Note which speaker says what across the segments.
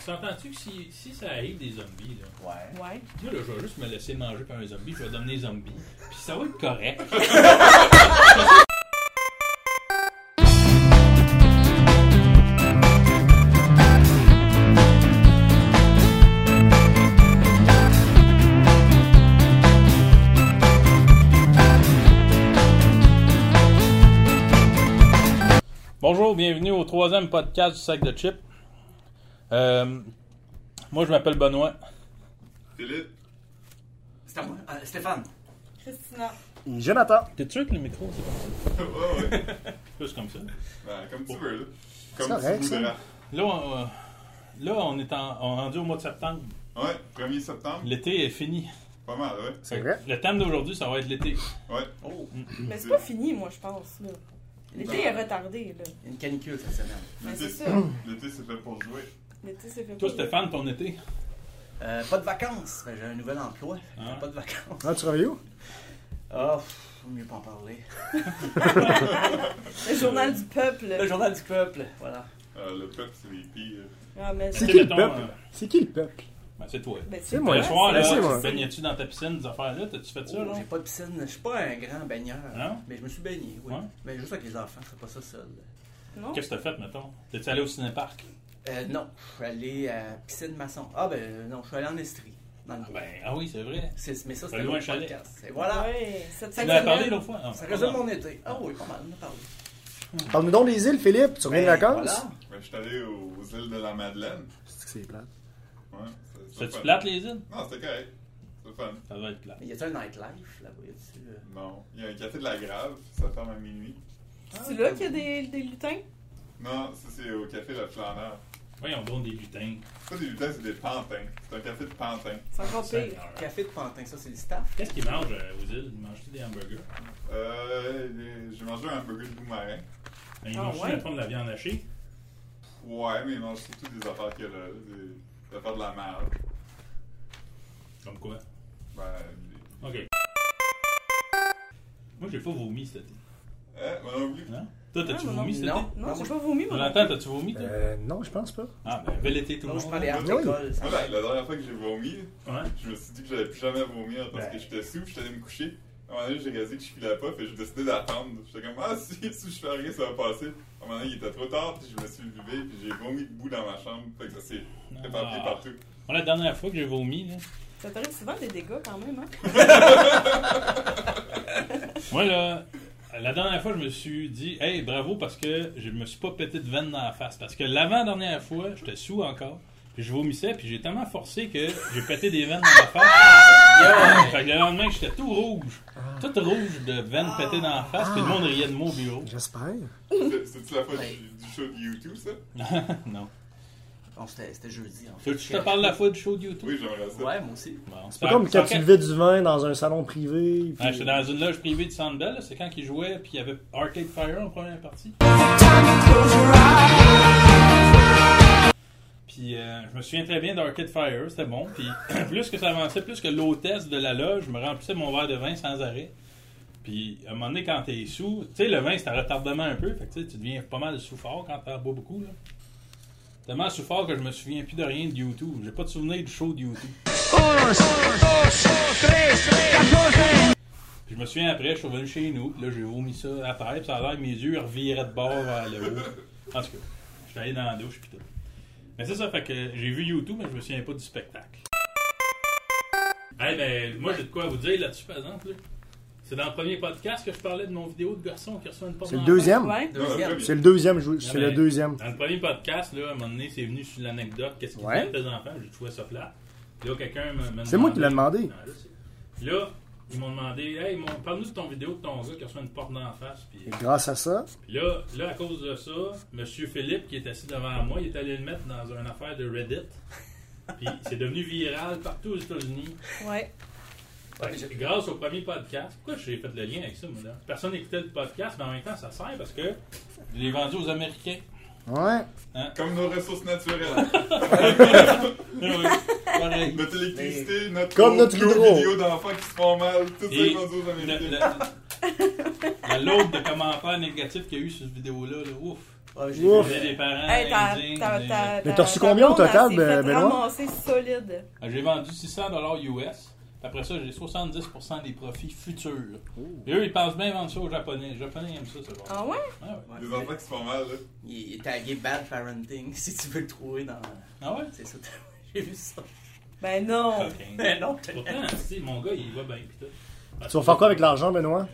Speaker 1: S'entends-tu que si, si ça arrive des zombies, là,
Speaker 2: Ouais.
Speaker 3: Ouais.
Speaker 1: moi, là, je vais juste me laisser manger par un zombie, je vais devenir zombie, puis ça va être correct. Bonjour, bienvenue au troisième podcast du sac de chips. Euh, moi, je m'appelle Benoît.
Speaker 4: Philippe,
Speaker 2: C'est à moi. Euh, Stéphane.
Speaker 3: Christina.
Speaker 5: Jonathan.
Speaker 1: T'es sûr que le micro, c'est comme ça?
Speaker 4: ouais, ouais.
Speaker 1: Juste comme ça.
Speaker 4: Ben, comme tu veux, là.
Speaker 5: C'est
Speaker 4: Comme
Speaker 5: correct,
Speaker 4: tu
Speaker 5: ça.
Speaker 4: voudras.
Speaker 1: Là, on, euh, là, on est en, on est rendu au mois de septembre.
Speaker 4: Ouais, 1er septembre,
Speaker 1: L'été est fini.
Speaker 4: pas mal, ouais.
Speaker 5: C'est vrai.
Speaker 1: Le thème d'aujourd'hui, ça va être l'été.
Speaker 4: Ouais.
Speaker 2: Oh,
Speaker 3: Mais c'est pas fini, moi, je pense. là. L'été est
Speaker 4: Ben.
Speaker 3: retardé, là.
Speaker 2: il y a une canicule cette semaine.
Speaker 3: Mais
Speaker 4: L'été-
Speaker 3: Ben, c'est ça.
Speaker 4: L'été, c'est fait pour jouer.
Speaker 3: L'été, c'est fait
Speaker 1: Toi,
Speaker 3: pour-
Speaker 1: Stéphane, ton été?
Speaker 2: Euh, pas de vacances. Ben, J'ai un nouvel emploi.
Speaker 1: Ah.
Speaker 2: Pas de vacances.
Speaker 5: Ah, tu travailles où?
Speaker 2: Ah, pff, faut mieux pas en parler.
Speaker 3: Le journal du peuple.
Speaker 2: Le journal du peuple. Voilà.
Speaker 4: Euh, le peuple, c'est les pires.
Speaker 3: Ah, mais
Speaker 5: C'est
Speaker 1: Tu sais,
Speaker 5: qui le
Speaker 1: mettons,
Speaker 5: peuple?
Speaker 1: euh,
Speaker 5: C'est qui le peuple?
Speaker 1: ben, c'est toi.
Speaker 3: Ben,
Speaker 5: C'est
Speaker 1: Le
Speaker 5: Ouais,
Speaker 1: soir, là,
Speaker 5: ben, c'est moi.
Speaker 1: tu te baignais-tu dans ta piscine, des affaires-là? T'as-tu fait ça,
Speaker 2: Oh,
Speaker 1: là? Hein?
Speaker 2: J'ai pas de piscine. Je suis pas un grand baigneur.
Speaker 1: Non?
Speaker 2: Mais je me suis baigné, oui.
Speaker 1: Ouais.
Speaker 2: Mais juste avec les enfants, je fais pas ça seul.
Speaker 3: Non?
Speaker 1: Qu'est-ce que t'as fait, mettons? T'es-tu allé au cinéparc?
Speaker 2: Euh, non, je suis allé à Piscine Masson. Ah, ben non, je suis allé en Estrie. Dans le
Speaker 1: Ah, ben, ah oui, c'est vrai.
Speaker 2: C'est- Mais ça,
Speaker 1: T'as
Speaker 2: c'était
Speaker 1: loué
Speaker 2: un
Speaker 1: un chalet.
Speaker 2: podcast. Et voilà.
Speaker 3: Ouais, cette
Speaker 1: Tu
Speaker 3: semaine-
Speaker 1: l'as parlé l'autre fois? Ah,
Speaker 2: Ça
Speaker 1: pardon.
Speaker 2: résume mon été. Ah oui, pas mal, on a parlé.
Speaker 5: Parle-nous donc des îles, Philippe. Tu reviens de
Speaker 2: Ben,
Speaker 5: vacances?
Speaker 2: voilà.
Speaker 4: Ben, je suis allé aux, aux îles de la Madeleine.
Speaker 5: C'est que c'est plate.
Speaker 4: Ouais. c'est- c'est
Speaker 1: C'était-tu
Speaker 4: fun.
Speaker 1: plate, les îles?
Speaker 4: Non, c'était correct. C'est fun.
Speaker 1: Ça doit être plate.
Speaker 2: Mais y a-tu un nightlife là-bas? Y a-tu, euh,
Speaker 4: Non. Il y a un café de la Grave, ça ferme à minuit.
Speaker 1: Ah,
Speaker 2: ah,
Speaker 3: C'est là qu'il y a des, des lutins?
Speaker 4: Non, ça, c'est au café Le Flaneur.
Speaker 1: Voyons donc des lutins.
Speaker 4: Ça, des lutins, c'est des pantins. C'est un café de pantins.
Speaker 3: C'est encore pire.
Speaker 1: Seigneur.
Speaker 2: Café de Pantin, ça c'est le staff.
Speaker 1: Qu'est-ce qu'ils mangent euh, aux îles? Ils mangent-tu des hamburgers?
Speaker 4: Euh, les- j'ai mangé un burger de boomerang.
Speaker 1: Ben, ils
Speaker 3: Ah,
Speaker 1: mangent-tu
Speaker 3: ouais?
Speaker 1: mettons, de la viande hachée?
Speaker 4: Ouais, mais ils mangent surtout des affaires que là, des, des affaires de la merde.
Speaker 1: Comme quoi?
Speaker 4: Ben,
Speaker 1: OK. Moi, j'ai pas vomi cet été.
Speaker 4: les- eh, moi non plus.
Speaker 1: Non? Toi, t'as-tu
Speaker 3: Ah, non,
Speaker 1: vomi cet été?
Speaker 2: non.
Speaker 3: Non, j'ai
Speaker 2: oui.
Speaker 3: pas vomi, moi.
Speaker 1: Jonathan, t'as-tu vomi, toi?
Speaker 5: Euh, non, je pense pas.
Speaker 1: Ah, ben, bel été, tout le
Speaker 2: Non,
Speaker 1: monde.
Speaker 2: je prends les
Speaker 5: Oui.
Speaker 2: haricots. ça
Speaker 4: Moi,
Speaker 2: va
Speaker 4: la,
Speaker 2: être-
Speaker 4: la dernière fois que j'ai vomi,
Speaker 1: Ouais.
Speaker 4: je me suis dit que j'allais plus jamais vomir parce que
Speaker 1: Ben.
Speaker 4: j'étais sous, j'étais allé me coucher. À un moment donné, j'ai réalisé que je filais pas, fait j'ai décidé d'attendre. J'étais comme, ah si, si je fais rien, ça va passer. À un moment donné, il était trop tard, puis je me suis levé, puis j'ai vomi debout dans ma chambre. Fait que ça s'est éparpillé
Speaker 1: Ah.
Speaker 4: partout.
Speaker 1: Moi, la dernière fois que j'ai vomi, là,
Speaker 3: Ça t'arrive souvent des dégâts, quand même, hein?
Speaker 1: moi, là, la dernière fois, je me suis dit, hey, bravo, parce que je me suis pas pété de veine dans la face. Parce que l'avant-dernière fois, j'étais sous encore, puis je vomissais, puis j'ai tellement forcé que j'ai pété des veines dans la face. fait que le lendemain, j'étais tout rouge. Tout rouge de veines pétées dans la face, puis le monde riait de moi au bureau.
Speaker 5: J'espère.
Speaker 4: C'est- C'est-tu la fois
Speaker 2: Ouais.
Speaker 4: du, du show de YouTube, ça?
Speaker 1: non.
Speaker 2: Bon, c'était c'était jeudi en
Speaker 1: Tu
Speaker 2: fait.
Speaker 1: veux que je te parle la fois du show de YouTube?
Speaker 4: Oui, j'aimerais ça.
Speaker 2: Ouais, moi aussi.
Speaker 1: Bon,
Speaker 5: C'est pas comme quand tu levais du vin dans un salon privé. puis-
Speaker 1: Ouais, j'étais dans une loge privée de Sandbell, là. c'est quand ils jouaient, puis il y avait Arcade Fire en première partie. Puis euh, je me souviens très bien d'Arcade Fire, c'était bon. Puis plus que ça avançait, plus que l'hôtesse de la loge me remplissait mon verre de vin sans arrêt. Puis à un moment donné, quand t'es sous, tu sais, le vin c'est un retardement un peu, fait que tu sais, tu deviens pas mal sous fort quand t'en bois beaucoup. Là. Tellement sous fort que je me souviens plus de rien de YouTube. J'ai pas de souvenir du show de YouTube. Puis je me souviens après, je suis revenu chez nous, puis là j'ai vomi ça à terre, puis ça a l'air que mes yeux reviraient de bord vers le haut. En tout cas, je suis allé dans la douche, puis tout. Mais c'est ça, fait que j'ai vu YouTube, mais je me souviens pas du spectacle. Hey, ben, moi j'ai de quoi vous dire là-dessus, par exemple. là. C'est dans le premier podcast que je parlais de mon vidéo de garçon qui reçoit une porte
Speaker 5: C'est le
Speaker 1: dans la face.
Speaker 5: deuxième.
Speaker 3: Ouais.
Speaker 4: Non,
Speaker 2: Deuxième.
Speaker 4: le premier.
Speaker 5: C'est le deuxième. je-
Speaker 1: Non,
Speaker 5: C'est
Speaker 1: mais
Speaker 5: le deuxième.
Speaker 1: Dans le premier podcast, là, à un moment donné, c'est venu sur l'anecdote, qu'est-ce qu'ils
Speaker 5: Ouais.
Speaker 1: faisaient tes enfants, j'ai trouvé ça plat. Puis là, quelqu'un m'a- m'a
Speaker 5: C'est moi qui l'ai demandé.
Speaker 1: Ah, là, c'est- Puis là, ils m'ont demandé, hey, mon- parle-nous de ton vidéo de ton gars qui reçoit une porte dans la face. Puis,
Speaker 5: Et grâce à ça,
Speaker 1: puis là, là, à cause de ça, M. Philippe, qui est assis devant moi, il est allé le mettre dans une affaire de Reddit. Puis c'est devenu viral partout aux États-Unis.
Speaker 3: Ouais.
Speaker 1: Fait que c'est Grâce au premier podcast. Pourquoi j'ai fait le lien avec ça, moi, là? Personne n'écoutait le podcast, mais en même temps, ça sert parce que je l'ai vendu aux Américains.
Speaker 5: ouais.
Speaker 4: Comme nos ressources naturelles.
Speaker 1: Pareil.
Speaker 4: Notre électricité, notre
Speaker 5: Comme
Speaker 4: eau,
Speaker 5: notre
Speaker 4: nos
Speaker 5: hydro.
Speaker 4: vidéos d'enfants qui se font mal, tout ça
Speaker 1: Et
Speaker 4: est rendu aux
Speaker 1: le-
Speaker 4: Américains.
Speaker 1: le- la lourde de commentaires négatifs qu'il y a eu sur cette vidéo-là, là, ouf.
Speaker 2: Ah, je
Speaker 5: Ouf.
Speaker 2: l'ai
Speaker 1: J'ai
Speaker 2: vu.
Speaker 1: des parents
Speaker 3: Hey, t'as-
Speaker 1: indignes,
Speaker 3: t'as-
Speaker 1: des-
Speaker 3: t'as-
Speaker 5: Mais
Speaker 3: t'as-
Speaker 5: t'as reçu
Speaker 3: ta
Speaker 5: combien au
Speaker 3: blonde, elle
Speaker 5: total,
Speaker 3: s'est fait
Speaker 5: Ben- Benoît?
Speaker 3: ramasser solide.
Speaker 1: Ah, J'ai vendu 600 US. Après ça, j'ai 70% des profits futurs. Et eux, ils pensent bien vendre ça aux Japonais. Les Japonais aiment ça, ce genre.
Speaker 3: Ah ouais?
Speaker 1: Ah ouais?
Speaker 2: Ouais,
Speaker 4: Des enfants qui se font mal, là.
Speaker 2: Il est tagué Bad Parenting si tu veux le trouver dans.
Speaker 1: Ah ouais?
Speaker 2: C'est ça, j'ai vu ça.
Speaker 3: Ben
Speaker 1: Ah,
Speaker 3: non.
Speaker 2: Mais non,
Speaker 1: Pourtant, tu sais, mon gars, il va bien. pis tout. Parce
Speaker 5: Tu vas
Speaker 1: que-
Speaker 5: faire quoi avec l'argent, Benoît?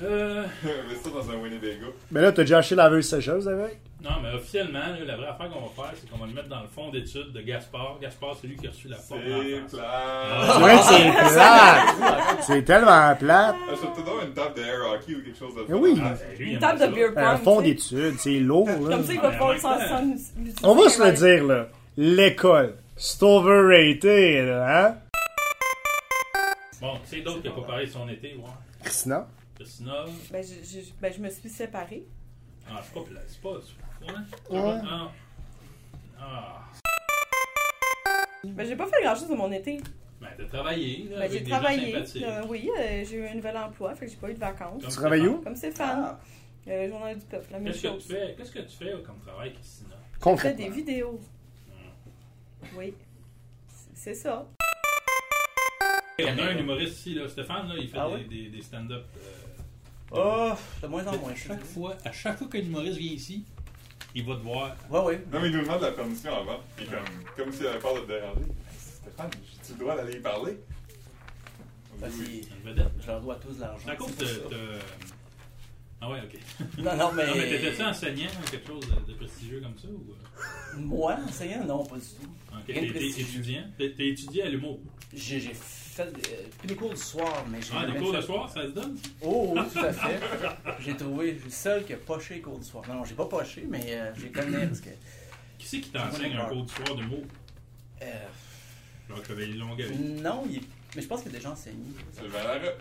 Speaker 1: Euh,
Speaker 4: Mais ça dans un Winnebago.
Speaker 5: Mais Ben là, t'as déjà acheté la veuse sécheuse avec?
Speaker 1: non, mais officiellement, là, la vraie affaire qu'on va faire, c'est qu'on va le mettre dans le fond d'études de Gaspard. Gaspard, c'est lui qui a reçu la porte.
Speaker 4: C'est
Speaker 1: d'enfance.
Speaker 4: clair.
Speaker 1: Ah.
Speaker 5: Ouais, c'est plate! C'est tellement plate!
Speaker 4: Achète-toi donc une table de air hockey ou quelque chose de
Speaker 5: Mais oui.
Speaker 4: Ah,
Speaker 1: Lui, il
Speaker 3: Une
Speaker 1: aime
Speaker 3: table
Speaker 1: ça.
Speaker 3: de beer pong.
Speaker 5: Un Euh, fond
Speaker 3: tu sais.
Speaker 5: d'études, c'est lourd, là.
Speaker 3: Comme ça, il va
Speaker 1: Ah,
Speaker 3: falloir
Speaker 1: mais
Speaker 3: s'en
Speaker 1: en même temps-
Speaker 3: s'en utiliser.
Speaker 5: On va se le
Speaker 3: Ouais.
Speaker 5: dire, là. L'école, c'est overrated, là, hein?
Speaker 1: Bon, c'est d'autres qui n'ont pas parlé de son été, ouais.
Speaker 5: Christina?
Speaker 1: Christina,
Speaker 3: Ben, je, je- ben, je me suis séparée.
Speaker 1: ah, c'est pas pla- c'est pas. Ouais.
Speaker 5: Ouais.
Speaker 1: Ah. Ah.
Speaker 3: Ben, j'ai pas fait grand chose de mon été.
Speaker 1: Ben, t'as travaillé, là.
Speaker 3: Ben,
Speaker 1: avec
Speaker 3: j'ai
Speaker 1: des gens
Speaker 3: travaillé.
Speaker 1: sympathiques.
Speaker 3: Euh, oui, euh, j'ai eu un nouvel emploi, fait que j'ai pas eu de vacances.
Speaker 1: Comme
Speaker 5: Tu travailles où?
Speaker 3: Comme Stéphane,
Speaker 2: Ah,
Speaker 3: euh, Journal du Peuple, la même
Speaker 1: Qu'est-ce que tu
Speaker 3: chose.
Speaker 1: fais? Qu'est-ce que tu fais euh, comme travail, Christina?
Speaker 3: Je fais des
Speaker 5: Concrètement.
Speaker 3: vidéos. Oui. C'est- C'est ça.
Speaker 1: Il y en a un humoriste ici, là, Stéphane, là, il fait
Speaker 2: Ah
Speaker 1: des,
Speaker 2: ouais?
Speaker 1: des- des stand-up. euh,
Speaker 2: oh, de moins en moins.
Speaker 1: à chaque fois, à chaque fois qu'un humoriste vient ici, il va te voir.
Speaker 2: Ouais, ouais.
Speaker 4: Non, mais il nous demande la permission avant. Puis comme, comme s'il avait peur de te déranger. Hey, Stéphane, j'ai-tu le droit d'aller y parler? On
Speaker 2: Parce
Speaker 4: dit oui.
Speaker 2: que
Speaker 1: Une vedette.
Speaker 2: je leur dois tous de l'argent.
Speaker 1: C'est Ben, à cause
Speaker 2: c'est
Speaker 1: de.
Speaker 2: pour ça.
Speaker 1: de- Ah ouais, ok.
Speaker 2: Non, non, mais.
Speaker 1: euh, Non, mais t'étais-tu enseignant ou quelque chose de, de prestigieux comme ça? Ou... euh,
Speaker 2: Moi, enseignant, non, pas du tout.
Speaker 1: ok,
Speaker 2: Rien de
Speaker 1: T'es t'es
Speaker 2: prestigieux.
Speaker 1: étudiant? T'es t'es étudié à l'humour.
Speaker 2: J'ai j'ai fait euh, pris des cours du soir, mais j'ai
Speaker 1: Ah, des
Speaker 2: jamais
Speaker 1: cours
Speaker 2: fait-
Speaker 1: de soir, ça se donne? ça?
Speaker 2: Oh, oui, tout à fait. J'ai trouvé je suis le seul qui a poché les cours du soir. Non, non, j'ai pas poché, mais euh, j'ai connu parce que.
Speaker 1: Qui c'est qui t'enseigne un cours de soir d'humour?
Speaker 2: euh,
Speaker 1: Genre Chevalier Longueuil.
Speaker 2: non, il... mais je pense qu'il a déjà enseigné.
Speaker 4: Sylvain Larocque.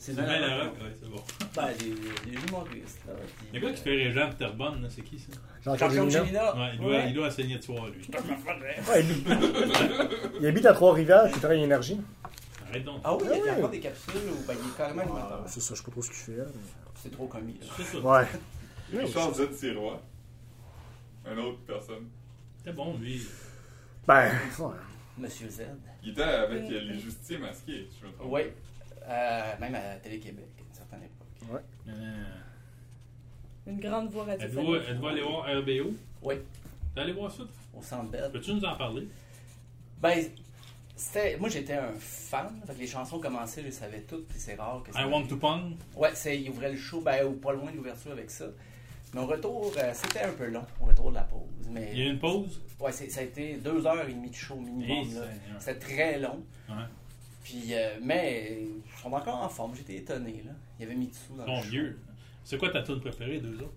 Speaker 2: C'est
Speaker 1: C'est bien la
Speaker 2: vrai. hein.
Speaker 1: rock, ouais, c'est bon.
Speaker 2: Ben, des, des humoristes. là, euh, puis-
Speaker 1: Le gars qui fait Régent de Terrebonne, là, c'est qui ça?
Speaker 5: Jean-Claude
Speaker 2: Jean-Claude
Speaker 5: Gélinas.
Speaker 2: Gélina.
Speaker 1: Ouais, il doit, il doit enseigner de soir, lui.
Speaker 5: Ouais, lui- il habite à Trois-Rivières, il travaille énergie.
Speaker 1: Arrête donc.
Speaker 2: Ah oui, il y
Speaker 5: Ah
Speaker 2: a
Speaker 5: oui.
Speaker 2: encore des capsules où ben, il est carrément animateur.
Speaker 5: Ah, C'est ça, je sais pas trop ce qu'il fait. là, hein, mais-
Speaker 2: C'est trop commis. là.
Speaker 1: C'est ça.
Speaker 5: Ouais.
Speaker 4: Richard Z. Sirois. Une autre personne.
Speaker 1: C'était bon, lui.
Speaker 5: Ben, ouais.
Speaker 2: Monsieur Z.
Speaker 4: Il était avec euh, les justiciers masqués, je me trompe.
Speaker 2: Oui. Euh, même à Télé-Québec, à une certaine époque.
Speaker 1: Euh,
Speaker 3: Une grande voix
Speaker 1: Êtes-vous euh,
Speaker 3: radiophonique.
Speaker 1: êtes-vous allé voir RBO?
Speaker 2: Oui,
Speaker 1: T'es allé voir ça? toi?
Speaker 2: au centre Bell.
Speaker 1: Peux-tu nous en parler?
Speaker 2: Ben, c'était. Moi, j'étais un fan. Fait que les chansons commençaient, je les savais toutes, puis c'est rare que
Speaker 1: I want to pong.
Speaker 2: Ouais, c'est, ils ouvraient le show, ben, ou pas loin de l'ouverture avec ça. Mais au retour, euh, c'était un peu long, au retour de la pause. Mais
Speaker 1: Il y a eu une pause?
Speaker 2: ouais, c'est- ça a été deux heures et demie de show minimum.
Speaker 1: Hey,
Speaker 2: là.
Speaker 1: Seigneur.
Speaker 2: C'était très long.
Speaker 1: Ouais.
Speaker 2: Puis, euh, mais euh, je suis encore en forme, j'étais étonné. Là. Il y avait mis dessous dans
Speaker 1: Bon
Speaker 2: le show.
Speaker 1: vieux. C'est quoi ta tune préférée, deux autres?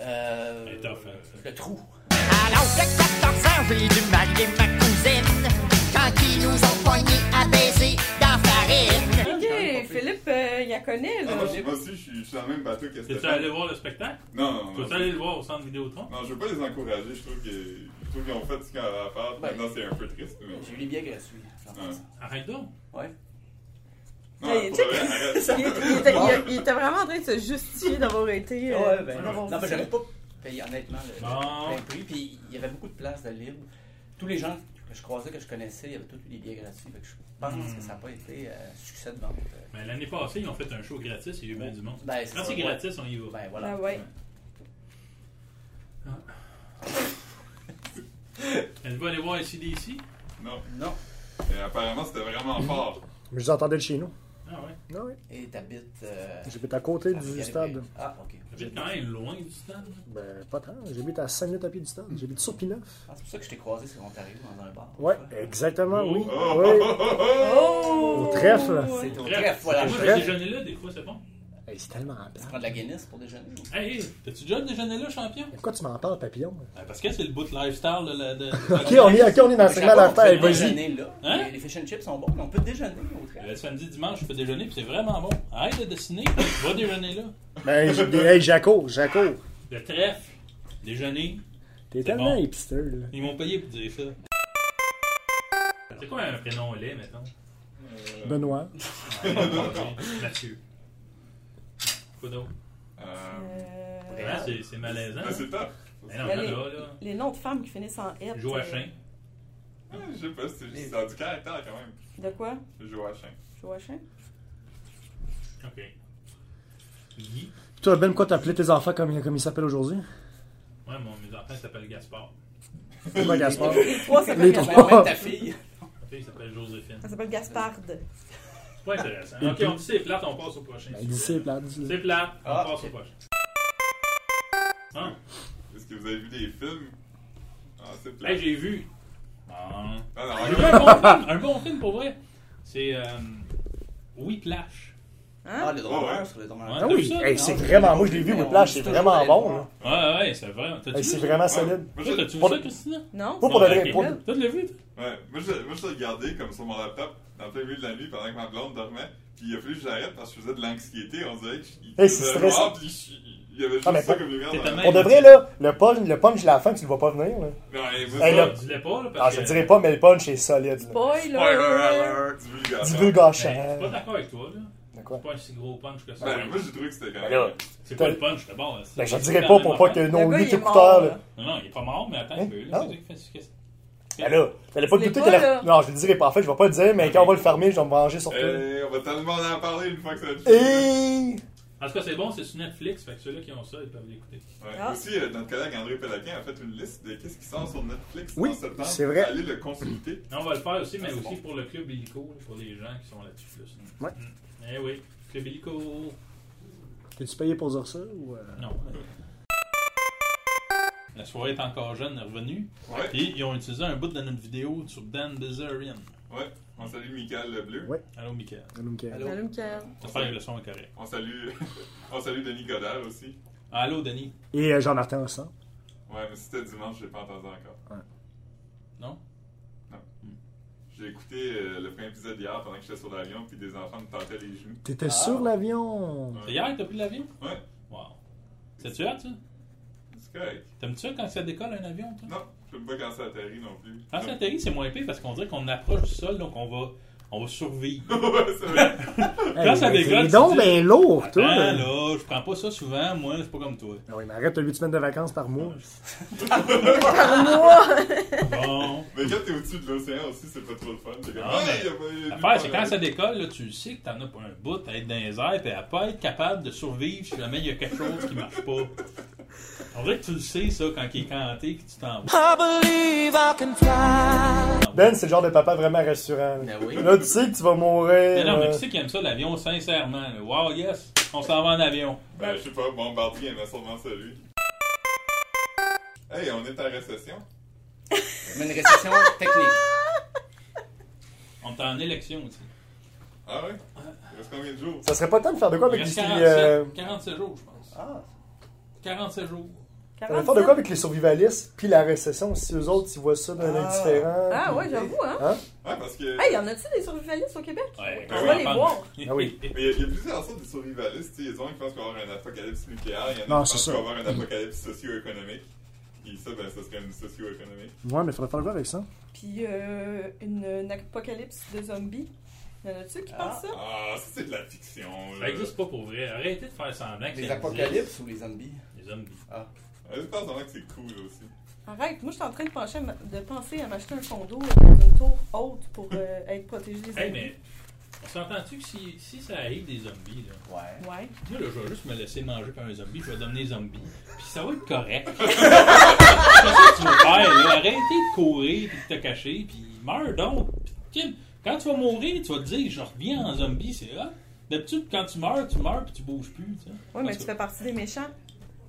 Speaker 2: Euh,
Speaker 1: Elle est tough, hein, ça.
Speaker 2: le trou.
Speaker 6: À l'âge de 14 ans, j'ai dû marier ma cousine Quand ils nous ont poignés à baiser dans farine
Speaker 1: Ah,
Speaker 3: Ok, Philippe, euh, il la connaît,
Speaker 4: Ah,
Speaker 3: là.
Speaker 4: moi, je- moi aussi, je suis, je suis dans le même bateau que
Speaker 1: T'es-tu
Speaker 4: Stéphane.
Speaker 1: allé voir le spectacle?
Speaker 4: Non, non, non.
Speaker 1: Peux-tu aller le voir au centre Vidéotron?
Speaker 4: Non, je veux pas les encourager. Je trouve que- je trouve qu'ils ont fait ce qu'ils avaient à faire.
Speaker 2: Ouais.
Speaker 4: Maintenant, c'est un peu triste. Mais...
Speaker 2: J'ai eu les billets gratuits.
Speaker 4: Ouais.
Speaker 1: Arrête donc.
Speaker 2: Ouais.
Speaker 3: Hey,
Speaker 4: Non,
Speaker 3: tu
Speaker 4: pour de
Speaker 3: sais-
Speaker 4: vrai, arrête.
Speaker 3: Il, il était, il a- il était vraiment en train de se justifier d'avoir été. euh,
Speaker 2: Ouais, ben,
Speaker 3: d'avoir
Speaker 2: non,
Speaker 3: vu
Speaker 2: mais
Speaker 3: ça.
Speaker 2: j'avais pas payé honnêtement le,
Speaker 1: Bon.
Speaker 2: le plein prix. Puis il y avait beaucoup de places de libre. Tous les gens que je croisais, que je connaissais, ils avaient tous eu des billets gratuits. Fait que je pense
Speaker 1: Hmm.
Speaker 2: que ça n'a pas été euh, un succès de vente. Euh,
Speaker 1: Mais l'année passée, ils ont fait un show gratis, il y a eu bien du monde.
Speaker 2: Ben,
Speaker 1: Quand Ah, c'est
Speaker 2: ça, ouais.
Speaker 1: gratis, on y va.
Speaker 2: Ben voilà.
Speaker 3: Ah ouais.
Speaker 1: Êtes-vous allé voir ici?
Speaker 4: Non.
Speaker 2: Non.
Speaker 4: Et apparemment, c'était vraiment
Speaker 1: Mm.
Speaker 4: fort.
Speaker 5: Mais je les entendais de chez nous.
Speaker 1: Ah ouais.
Speaker 5: Ah ouais.
Speaker 2: Et t'habites. euh,
Speaker 5: J'habite à côté
Speaker 2: à
Speaker 5: du
Speaker 2: Rivière-
Speaker 5: stade.
Speaker 2: Ah, ok.
Speaker 1: J'habite quand même loin du stand. là.
Speaker 5: Ben, pas tant. J'habite à 5 minutes à pied du stade. J'habite sur Pineuf.
Speaker 2: Ah, c'est pour ça que je t'ai croisé sur Ontario dans un bar.
Speaker 5: Ouais,
Speaker 2: une fois.
Speaker 5: exactement, oui.
Speaker 4: Oh, oh,
Speaker 5: Oui.
Speaker 4: oh, oh, oh.
Speaker 3: Oh!
Speaker 5: Au trèfle.
Speaker 2: C'est au
Speaker 1: Bref,
Speaker 2: trèfle, voilà.
Speaker 1: Moi,
Speaker 2: Je
Speaker 5: Bref.
Speaker 1: j'ai déjeuné là, des fois, c'est bon.
Speaker 5: Hey, c'est tellement plat.
Speaker 2: prends de la Guinness pour déjeuner.
Speaker 1: Hey, hey, t'as-tu déjà déjeuné là, champion?
Speaker 5: Pourquoi tu m'en parles, papillon?
Speaker 1: Ben, parce que c'est le bout de lifestyle de la. De,
Speaker 5: Ok, on est, ok, on est dans le
Speaker 2: Je sais
Speaker 5: segment
Speaker 2: pas, on peut
Speaker 5: d'affaires. Vas-y.
Speaker 2: déjeuner là.
Speaker 1: Hein?
Speaker 2: Les- Les fish and chips sont bons, mais on peut déjeuner au trèfle.
Speaker 1: Le samedi, dimanche, je fais déjeuner, puis c'est vraiment bon. Arrête de dessiner, va déjeuner là.
Speaker 5: Ben, j'ai- hey, Jaco, Jaco.
Speaker 1: Le trèfle, déjeuner,
Speaker 5: T'es
Speaker 1: C'est
Speaker 5: tellement
Speaker 1: bon.
Speaker 5: hipster, là.
Speaker 1: ils m'ont payé pour dire ça. C'est quoi un prénom laid, mettons? Euh.
Speaker 5: Benoît.
Speaker 1: Mathieu. Quoi d'autre?
Speaker 4: Euh,
Speaker 3: Euh,
Speaker 1: Ah, c'est- C'est malaisant.
Speaker 4: Ben, c'est top.
Speaker 1: Mais non,
Speaker 3: Mais
Speaker 1: là,
Speaker 3: les,
Speaker 1: là, là.
Speaker 3: les noms de femmes qui finissent en F.
Speaker 1: Joachim.
Speaker 4: Ah, Je sais pas, c'est juste dans du caractère quand même.
Speaker 3: euh, De quoi
Speaker 4: Joachim.
Speaker 3: Joachim
Speaker 1: Ok. Guy.
Speaker 5: Toi, Ben, quoi t'appelais tes enfants comme, comme ils s'appellent aujourd'hui?
Speaker 1: Ouais, mon, mes enfants s'appellent Gaspard.
Speaker 5: C'est pas Gaspard.
Speaker 3: Les trois
Speaker 5: Les
Speaker 3: s'appellent
Speaker 5: trois.
Speaker 3: Gaspard.
Speaker 2: Ben, même ta fille.
Speaker 1: Ma fille s'appelle Joséphine.
Speaker 3: Elle s'appelle Hein? Gasparde.
Speaker 1: C'est pas intéressant. Ok, on dit c'est plate, on passe au prochain.
Speaker 5: Ah. Ben, dis, c'est plate, dis-le.
Speaker 1: C'est plate, on
Speaker 2: Ah,
Speaker 1: passe
Speaker 2: ok.
Speaker 1: au prochain. Hein?
Speaker 4: Est-ce que vous avez vu des films? Ah, c'est plat.
Speaker 1: Hey, Ben, j'ai vu. Ah.
Speaker 4: Non, non,
Speaker 1: J'ai
Speaker 4: regarde.
Speaker 1: vu un bon film, un bon film pour vrai. C'est euh, Whiplash.
Speaker 2: Ah, le drômeur
Speaker 4: Ah ouais.
Speaker 2: sur le
Speaker 1: Ouais,
Speaker 2: drômeur.
Speaker 1: t'as
Speaker 5: Ah
Speaker 1: vu
Speaker 5: oui,
Speaker 1: ça?
Speaker 5: hey, c'est vraiment. Moi, je l'ai
Speaker 2: Mais
Speaker 5: vu,
Speaker 2: on
Speaker 5: Whiplash,
Speaker 2: dit
Speaker 5: c'est
Speaker 2: toujours
Speaker 5: vraiment
Speaker 3: Ah
Speaker 2: d'aller
Speaker 5: bon.
Speaker 2: le
Speaker 5: là.
Speaker 1: Ouais, ouais, c'est vrai. T'as-tu vu
Speaker 5: Hey, Ben, C'est
Speaker 1: ça?
Speaker 5: vraiment
Speaker 4: Ouais.
Speaker 5: solide.
Speaker 1: Toi,
Speaker 4: Moi, je-
Speaker 1: T'as-tu vu
Speaker 5: Pour-
Speaker 1: ça, Christina?
Speaker 3: Non
Speaker 5: Pas pour de
Speaker 1: Non,
Speaker 5: vrai,
Speaker 1: ok.
Speaker 5: pour-
Speaker 1: Toi, tu l'as vu, toi?
Speaker 4: Ouais, moi je, moi je le regardais comme sur mon laptop dans le plein milieu de la nuit pendant que ma blonde dormait. Puis il a fallu que j'arrête parce que je faisais de l'anxiété. On dirait qu'il
Speaker 5: Hey, Eh, c'est
Speaker 4: faisait
Speaker 5: stressant.
Speaker 4: noir, puis je- il y avait juste
Speaker 5: Ah, mais
Speaker 4: ça
Speaker 5: pas-
Speaker 4: comme lumière.
Speaker 1: T'es
Speaker 4: dans
Speaker 1: ta
Speaker 4: la-
Speaker 1: mère.
Speaker 5: Pour de vrai, là, le punch, le punch, la fin, tu le vois pas venir.
Speaker 4: Non,
Speaker 5: Là.
Speaker 4: hey, moi,
Speaker 5: Hey,
Speaker 4: ça-
Speaker 1: Ça,
Speaker 5: là.
Speaker 1: Dis-le pas, là,
Speaker 5: Ah,
Speaker 1: parce
Speaker 5: je
Speaker 1: que...
Speaker 5: te dirais pas, mais le punch est solide. là.
Speaker 3: Spoiler
Speaker 4: Spoiler alert, du vulgaire.
Speaker 5: Du vieux
Speaker 1: Je suis
Speaker 5: gâchant.
Speaker 1: pas d'accord avec toi, là.
Speaker 5: De quoi?
Speaker 1: C'est pas un si gros punch que ça.
Speaker 4: Ben, moi j'ai trouvé que c'était quand
Speaker 5: Ben, là,
Speaker 4: même.
Speaker 1: C'est pas le punch, c'est bon. là.
Speaker 5: Ben, je te
Speaker 1: C'est- c'est
Speaker 5: dirais pas
Speaker 1: la
Speaker 5: pour
Speaker 1: même
Speaker 5: pas
Speaker 1: affaire.
Speaker 5: que nos
Speaker 3: Le gars,
Speaker 5: huit
Speaker 3: il est
Speaker 5: écouteurs.
Speaker 3: mort,
Speaker 5: Là.
Speaker 3: là.
Speaker 1: Non, non, il est pas mort, mais attends
Speaker 5: Hein?
Speaker 1: un peu. Là,
Speaker 5: Non.
Speaker 1: c'est- qu'est-ce que c'est?
Speaker 5: Ben là, t'allais pas
Speaker 3: Tu l'es
Speaker 5: douter
Speaker 3: pas,
Speaker 5: que
Speaker 3: là.
Speaker 5: la... Non, je le dirais pas. En fait, je vais pas le dire, mais quand on va le fermer, je vais me venger sur toi.
Speaker 3: Euh.
Speaker 4: Hey, Eh, on va tellement en parler une fois que ça va être fini.
Speaker 5: Eh, Et...
Speaker 1: En tout cas, c'est bon, c'est sur Netflix, fait que ceux-là qui ont ça, ils peuvent l'écouter.
Speaker 4: Ouais.
Speaker 3: Ah.
Speaker 4: Aussi, euh, notre collègue André Pélaquin a fait une liste de qu'est-ce qui sort sur Netflix
Speaker 5: Oui,
Speaker 4: en septembre.
Speaker 5: c'est vrai.
Speaker 4: Allez le consulter.
Speaker 1: Non, on va le faire aussi, mais
Speaker 4: Ah, c'est
Speaker 1: aussi
Speaker 4: bon.
Speaker 1: pour le club illico, pour les gens qui sont là-dessus plus.
Speaker 5: Ouais.
Speaker 1: Mm. Eh oui, club illico.
Speaker 5: T'es-tu payé pour dire ça ou. euh?
Speaker 1: Non. La soirée est encore jeune, est revenue.
Speaker 4: Ouais.
Speaker 1: Puis ils ont utilisé un bout de notre vidéo sur Dan Bilzerian.
Speaker 4: Ouais. On salue Michael Le Bleu.
Speaker 5: Ouais.
Speaker 1: Allô, Michael.
Speaker 5: Allô, Michael.
Speaker 2: Allô?
Speaker 3: Allô, Michael.
Speaker 1: J'espère que le son est correct.
Speaker 4: On salue, on salue Denis Godard aussi.
Speaker 1: Allô, Denis.
Speaker 5: Et euh, Jean-Martin Rossan.
Speaker 4: Ouais, mais c'était dimanche, j'ai pas entendu encore.
Speaker 1: Non? Hmm.
Speaker 4: J'ai écouté euh, le premier épisode hier pendant que j'étais sur l'avion, puis des enfants me tentaient les genoux.
Speaker 5: T'étais
Speaker 3: Ah.
Speaker 5: sur l'avion.
Speaker 1: C'est hier que t'as pris l'avion?
Speaker 4: Ouais.
Speaker 1: Wow. C'est-tu hâte, ça?
Speaker 4: C'est correct.
Speaker 1: T'aimes-tu ça quand ça décolle un avion, toi?
Speaker 4: Non, j'aime pas quand ça atterrit non plus.
Speaker 1: Quand ça
Speaker 4: Non.
Speaker 1: atterrit, Ah, c'est moins pire parce qu'on dirait qu'on approche du sol, donc on va, on va survivre.
Speaker 4: ouais, c'est vrai.
Speaker 1: Quand ça décolle,
Speaker 5: Dis
Speaker 1: tu
Speaker 5: donc,
Speaker 1: dis-
Speaker 5: ben lourd,
Speaker 1: Attends,
Speaker 5: toi.
Speaker 1: Ah, là, je prends pas ça souvent, moi, c'est pas comme toi.
Speaker 5: Ah oui, mais arrête, t'as 8 semaines de vacances par mois.
Speaker 1: Ah, Bon.
Speaker 4: Mais quand t'es au-dessus de l'océan aussi, c'est pas trop le fun. T'es comme,
Speaker 1: Ah, mais
Speaker 4: il y a pas- il y a nulle
Speaker 1: L'affaire,
Speaker 4: part
Speaker 1: c'est
Speaker 4: à
Speaker 1: quand ça
Speaker 4: aller.
Speaker 1: décolle, là, tu le sais que t'en as pas un bout à être dans les airs et à pas être capable de survivre si jamais il y a quelque chose qui marche pas. On dirait que tu le sais, ça, quand il est canté, que tu t'en
Speaker 5: Ah,
Speaker 1: vas.
Speaker 5: Ben, c'est le genre de papa vraiment rassurant.
Speaker 2: Ben oui.
Speaker 5: Là, tu sais que tu vas mourir.
Speaker 1: Mais non, mais
Speaker 5: euh,
Speaker 1: qui c'est qui aime ça, l'avion, sincèrement? là? Wow, yes, on s'en va en avion.
Speaker 4: Ben, je sais pas, Bombardier aimait sûrement ça, lui. Hey, on est en récession.
Speaker 2: Mais une récession technique.
Speaker 1: On est en élection aussi.
Speaker 4: Ah ouais? Il reste combien de jours?
Speaker 5: Ça serait pas le temps de faire de quoi
Speaker 1: Il
Speaker 5: avec les.
Speaker 1: reste
Speaker 5: Ah, euh,
Speaker 1: 47, 47 jours, je pense.
Speaker 5: Ah.
Speaker 1: 47 jours.
Speaker 5: Ça va faire de quoi avec les survivalistes, puis la récession, si eux autres, ils voient ça d'un œil
Speaker 2: Ah.
Speaker 5: différent.
Speaker 3: Ah
Speaker 5: puis-
Speaker 3: ouais, j'avoue, hein.
Speaker 4: Ouais, Ah, parce que.
Speaker 3: Hey, y en a-tu des survivalistes au Québec?
Speaker 1: Ouais,
Speaker 4: On va
Speaker 1: va
Speaker 3: les
Speaker 1: en
Speaker 3: voir.
Speaker 1: parler.
Speaker 5: Ah oui.
Speaker 4: Mais il y, a- il y a plusieurs sortes de survivalistes. tu sais. Il y a des gens qui pensent qu'on va avoir un apocalypse nucléaire, il y en a
Speaker 5: Non,
Speaker 4: qui
Speaker 5: c'est
Speaker 4: pensent
Speaker 5: ça.
Speaker 4: qu'on va avoir un apocalypse socio-économique. Et ça, ben, ça serait une socio-économique.
Speaker 5: Ouais, mais faudrait faire quoi avec ça?
Speaker 3: Puis euh, une, une apocalypse de zombies. Y en a-tu qui pensent ça? Ben,
Speaker 4: Ah, ça, c'est de la fiction.
Speaker 1: Ça
Speaker 4: Là.
Speaker 1: existe Ben, pas pour vrai. Arrêtez de faire semblant que
Speaker 2: Les
Speaker 1: ça
Speaker 2: apocalypses ou les zombies?
Speaker 1: existe. Les zombies.
Speaker 4: Ouais, Euh, Je pense vraiment que c'est cool aussi.
Speaker 3: Arrête, moi je suis en train de pencher à ma- de penser à m'acheter un condo euh, dans une tour haute pour euh, être protégé des
Speaker 1: Hey,
Speaker 3: zombies.
Speaker 1: mais on s'entend-tu que si, si ça arrive des zombies, là,
Speaker 2: Ouais.
Speaker 3: Ouais.
Speaker 1: moi, là, je vais juste me laisser manger par un zombie, je vais devenir zombie. Puis ça va être correct. C'est ça que tu vas faire, là. Arrêtez de courir, puis de te cacher, puis meurs donc. Puis, Kim, quand tu vas mourir, tu vas te dire, je reviens en zombie, c'est là. D'habitude, quand tu meurs, tu meurs, puis tu bouges plus, tu sais.
Speaker 3: Ouais, mais
Speaker 1: Parce
Speaker 3: tu
Speaker 1: que-
Speaker 3: fais partie des méchants.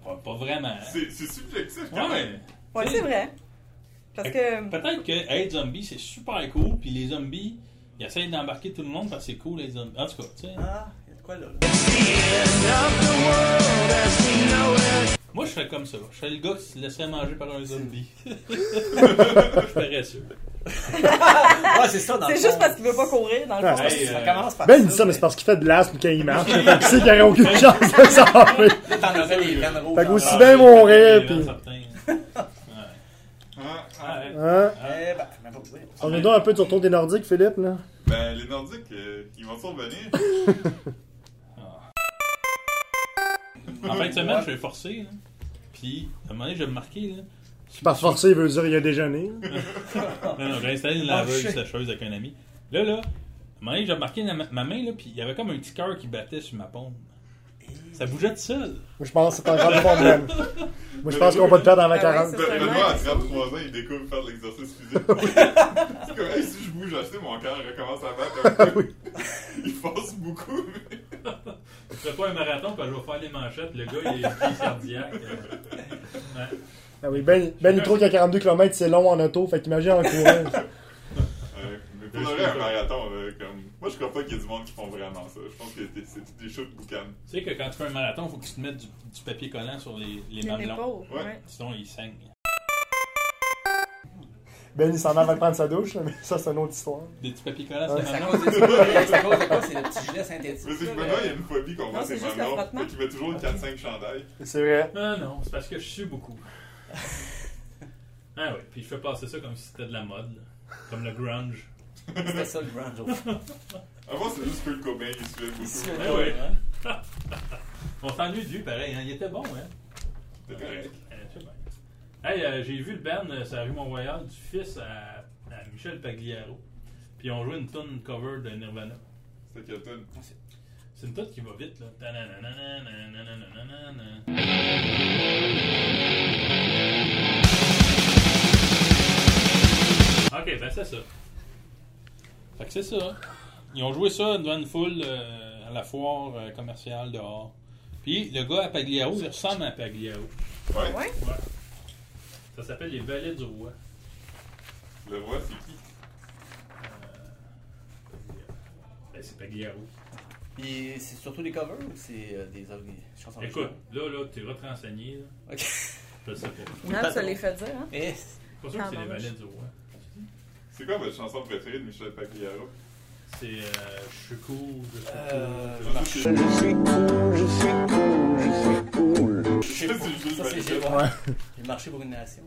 Speaker 1: Pas, pas vraiment. hein.
Speaker 4: C'est c'est subjectif quand
Speaker 1: Ouais.
Speaker 4: même.
Speaker 3: Ouais, c'est vrai. Parce que.
Speaker 1: Peut-être que être zombie, c'est super cool, puis les zombies, ils essayent d'embarquer tout le monde parce que c'est cool, les zombies. En tout cas, tu sais.
Speaker 2: Ah, y a de quoi là?
Speaker 1: Moi, je serais comme ça. Je serais le gars qui se laisserait manger par un zombie. je ferais ça.
Speaker 2: Ah, Ouais, c'est ça, dans
Speaker 3: C'est
Speaker 2: le
Speaker 3: juste
Speaker 2: fond.
Speaker 3: parce qu'il veut pas courir, dans le
Speaker 5: Ah,
Speaker 3: fond.
Speaker 1: Hey,
Speaker 2: Ça
Speaker 1: euh,
Speaker 2: commence par
Speaker 5: Ben,
Speaker 2: ça,
Speaker 5: il dit ça, mais
Speaker 2: mais
Speaker 5: c'est parce qu'il fait de l'asthme quand il marche. fait qu'il sait qu'il n'y aurait aucune chance de s'enlever.
Speaker 2: là, t'en aurais les veines rouges.
Speaker 5: Fait que
Speaker 2: en
Speaker 5: aussi
Speaker 1: Ah,
Speaker 2: bas.
Speaker 5: bien mourir,
Speaker 1: Ouais,
Speaker 5: puis-
Speaker 1: certain.
Speaker 4: Ah, ah.
Speaker 1: Ouais.
Speaker 5: Hein?
Speaker 2: Eh ben, mais pas pour dire.
Speaker 5: On est donc un peu du retour des Nordiques, Philippe, là.
Speaker 4: Ben, les Nordiques, euh, ils vont survenir.
Speaker 1: En En fin de semaine, je suis forcé. là. Puis, à un moment donné, j'ai remarqué. Là,
Speaker 5: Par forcé, il veut dire il a déjeuné.
Speaker 1: non, non, j'ai installé une
Speaker 2: Ah,
Speaker 1: laveuse
Speaker 2: shit.
Speaker 1: sécheuse avec un ami. Là, là, à un moment donné, j'ai remarqué ma, ma main, là, puis il y avait comme un petit cœur qui battait sur ma pompe. Ça bougeait tout seul.
Speaker 5: Moi, je pense que c'est encore le problème. Moi, je pense qu'on va te perdre
Speaker 1: Ben
Speaker 5: avant
Speaker 3: Ah ouais,
Speaker 5: 40.
Speaker 3: c'est ça.
Speaker 4: Ben, Benoît, à 33 ans, il découvre faire de l'exercice physique. c'est comme, hey, si je bouge, acheter mon cœur recommence à battre un peu. il force beaucoup, mais.
Speaker 1: Je fais pas un marathon, puis je vais faire les manchettes. Le gars, il est plus cardiaque. euh.
Speaker 5: Ah oui, ben, ben il trouve qu'à 42 km, c'est long en auto. Fait qu'imagine en courant.
Speaker 4: Euh, mais pour le vrai, un marathon, là, comme. Moi, je crois pas qu'il y ait du monde qui font vraiment ça. Je pense que t'es- c'est toutes des shows de boucan.
Speaker 1: Tu sais que quand tu fais un marathon, il faut que tu te mettes du, du papier collant sur les, les
Speaker 3: Les
Speaker 1: mamelons.
Speaker 3: épaules.
Speaker 4: Ouais.
Speaker 3: ouais.
Speaker 1: Sinon, ils saignent.
Speaker 5: Ben, il s'en va avant de prendre sa douche. Mais ça, c'est une autre histoire.
Speaker 1: Des petits papiers collants, sur
Speaker 5: Ouais,
Speaker 1: les
Speaker 2: C'est à
Speaker 1: mamelons.
Speaker 2: cause de ça. C'est à cause de quoi? C'est le petit gilet synthétique. Euh,
Speaker 4: Mais c'est que
Speaker 2: là,
Speaker 4: Benoît,
Speaker 2: le-
Speaker 4: il y a une phobie qu'on voit
Speaker 3: Non, c'est
Speaker 4: ses
Speaker 3: juste le
Speaker 4: mamelons.
Speaker 3: frottement.
Speaker 4: Fait qu'il met toujours le 4-5 chandail.
Speaker 5: C'est vrai.
Speaker 1: Non, Ah, non, c'est parce que je suis beaucoup. Ah oui, puis je fais passer ça comme si c'était de la mode, là. comme le grunge.
Speaker 2: C'était ça le grunge au fond.
Speaker 4: Avant, c'est juste Kurt Cobain qui se fait
Speaker 2: Ici,
Speaker 4: beaucoup.
Speaker 1: Ah
Speaker 2: là,
Speaker 1: ouais, hein? On s'ennuie de lui, pareil. hein? Il était bon, hein?
Speaker 4: C'est correct.
Speaker 1: Euh, c'est bien. Hey, euh, j'ai vu le band, euh, sur la rue Mont-Royal, du fils à, à Michel Pagliaro. Puis ils ont joué une tune cover de Nirvana.
Speaker 4: C'est quelle tune?
Speaker 1: C'est une tune qui va vite, là. Ta-na-na-na-na-na-na-na-na-na-na. Ok, ben c'est ça. Fait que c'est ça. hein. Ils ont joué ça devant une foule euh, à la foire euh, commerciale dehors. Puis le gars à Pagliaro, il ressemble à Pagliaro.
Speaker 4: Ouais.
Speaker 3: Ouais.
Speaker 1: Ça s'appelle les Valets du Roi.
Speaker 4: Le roi, c'est qui?
Speaker 1: Ben, c'est Pagliaro.
Speaker 2: Et c'est surtout des covers ou c'est euh, des orga- chansons
Speaker 1: Écoute, là, là, tu vas te renseigner. là.
Speaker 2: originales? Ok.
Speaker 1: Je sais pas.
Speaker 3: Non, ça les fait dire, hein?
Speaker 2: Eh,
Speaker 1: Pas sûr que c'est les
Speaker 3: Ah, bon,
Speaker 1: Valets
Speaker 3: je-
Speaker 1: du Roi.
Speaker 4: C'est quoi votre chanson préférée de Michel Pagliaro?
Speaker 1: C'est euh, je suis cool, je suis
Speaker 2: Euh,
Speaker 1: cool.
Speaker 4: Je sais
Speaker 7: Je suis cool, je suis cool, je suis cool.
Speaker 4: je sais pas si je
Speaker 2: Ça, c'est
Speaker 4: dis
Speaker 2: j'ai
Speaker 4: Michel.
Speaker 2: ouais. J'ai marché pour une nation.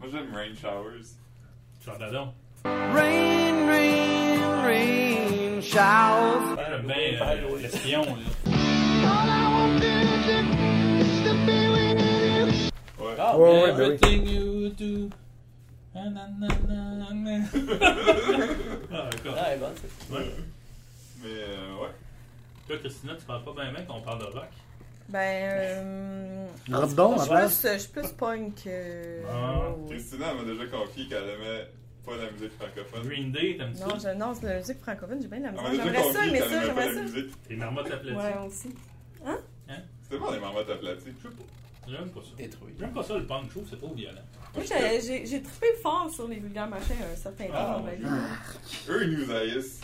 Speaker 4: Moi, j'aime Rain Showers.
Speaker 1: Chardadon.
Speaker 7: Rain, rain, rain, showers.
Speaker 1: J'aime bien euh, l'espion, là.
Speaker 4: Ouais.
Speaker 2: Ah,
Speaker 5: Ouais,
Speaker 2: mais-
Speaker 5: ouais, ben oui.
Speaker 1: Everything you do. Na, na, na, na, na. ah, d'accord.
Speaker 2: Ah, elle est bonne, c'est-
Speaker 1: Ouais.
Speaker 4: Mais euh, ouais.
Speaker 1: Toi, Christina, tu parles pas bien, mec, on parle de rock.
Speaker 3: Ben,
Speaker 2: Ah,
Speaker 3: euh,
Speaker 5: Rentre Ah, donc,
Speaker 3: je
Speaker 5: ma
Speaker 3: suis
Speaker 2: ben.
Speaker 5: place.
Speaker 3: plus, je suis plus punk que...
Speaker 1: Ah.
Speaker 4: Christina m'a déjà confié qu'elle aimait pas la musique francophone.
Speaker 1: Green Day, t'aimes
Speaker 3: Non,
Speaker 1: ça?
Speaker 3: je, non, c'est la musique francophone, j'ai bien de la
Speaker 4: Elle
Speaker 1: Ah,
Speaker 3: misère.
Speaker 4: m'a déjà
Speaker 3: Ah, J'aimerais ça,
Speaker 4: confié
Speaker 3: mais
Speaker 4: qu'elle
Speaker 3: ça,
Speaker 4: aimait pas
Speaker 3: j'aimerais
Speaker 4: la
Speaker 3: ça.
Speaker 4: musique.
Speaker 1: T'es marmottes aplaties.
Speaker 3: Ouais, aussi.
Speaker 4: C'était pas des marmottes aplaties. Je sais pas.
Speaker 1: J'aime pas ça.
Speaker 2: détruit.
Speaker 1: J'aime pas ça le punk, je trouve que c'est trop violent.
Speaker 3: Moi, j'ai- j'ai j'ai trippé fort sur les vulgaires machins à un certain temps
Speaker 1: Ah,
Speaker 3: dans ma vie.
Speaker 4: Eux, ils nous haïssent.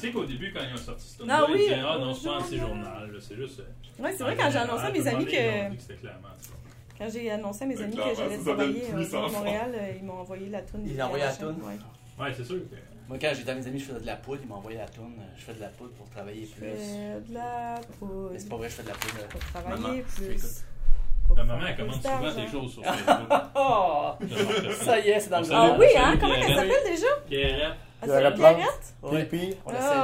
Speaker 1: Tu sais qu'au début, quand ils ont sorti ce
Speaker 3: Ah
Speaker 1: là
Speaker 3: oui,
Speaker 1: ils disaient Ah non,
Speaker 3: au
Speaker 1: c'est pas
Speaker 3: journal.
Speaker 1: anti-journal, là, c'est juste. euh,
Speaker 3: Ouais, c'est vrai,
Speaker 1: en
Speaker 3: quand j'ai
Speaker 1: général,
Speaker 3: annoncé à
Speaker 1: tout
Speaker 3: mes
Speaker 1: le
Speaker 3: amis
Speaker 1: monde, ils ont
Speaker 3: que...
Speaker 1: dit c'était clairement ça.
Speaker 3: Quand j'ai annoncé à mes
Speaker 4: Ben,
Speaker 3: amis que
Speaker 4: clairement,
Speaker 3: j'allais
Speaker 4: ça s'appelle
Speaker 3: travailler
Speaker 4: plus
Speaker 3: euh, à
Speaker 4: enfant.
Speaker 3: Montréal, euh, ils m'ont envoyé la toune. des
Speaker 2: Ils ont envoyé la
Speaker 3: Vulgaires
Speaker 2: toune?
Speaker 3: Machins,
Speaker 1: Ouais, c'est sûr que.
Speaker 2: Moi, quand j'étais à mes amis, je faisais de la poudre. Ils m'envoyaient la tourne. Je fais de la poudre pour travailler plus.
Speaker 3: ouais. Fais Euh, de la poudre
Speaker 2: Mais c'est pas vrai, je fais de la poudre. euh.
Speaker 3: pour
Speaker 2: Maman,
Speaker 3: travailler
Speaker 2: je
Speaker 3: plus.
Speaker 2: t'écoute.
Speaker 1: La
Speaker 3: Pour
Speaker 1: maman,
Speaker 3: faire
Speaker 1: elle commande
Speaker 3: plus
Speaker 1: souvent
Speaker 3: d'argent.
Speaker 1: des choses sur Facebook.
Speaker 2: Oh! Ça y est, c'est dans le
Speaker 1: On
Speaker 3: Ah
Speaker 1: salue-
Speaker 3: oui,
Speaker 1: on
Speaker 3: hein?
Speaker 1: salue
Speaker 3: Comment elle
Speaker 1: Pierrette.
Speaker 3: s'appelle déjà?
Speaker 1: Pierrette.
Speaker 3: Elle
Speaker 5: Pierrette
Speaker 3: s'appelle
Speaker 5: Blanche.
Speaker 3: Pierrette?
Speaker 2: Ouais.
Speaker 5: Pipi.
Speaker 2: On la salue.
Speaker 3: Ah,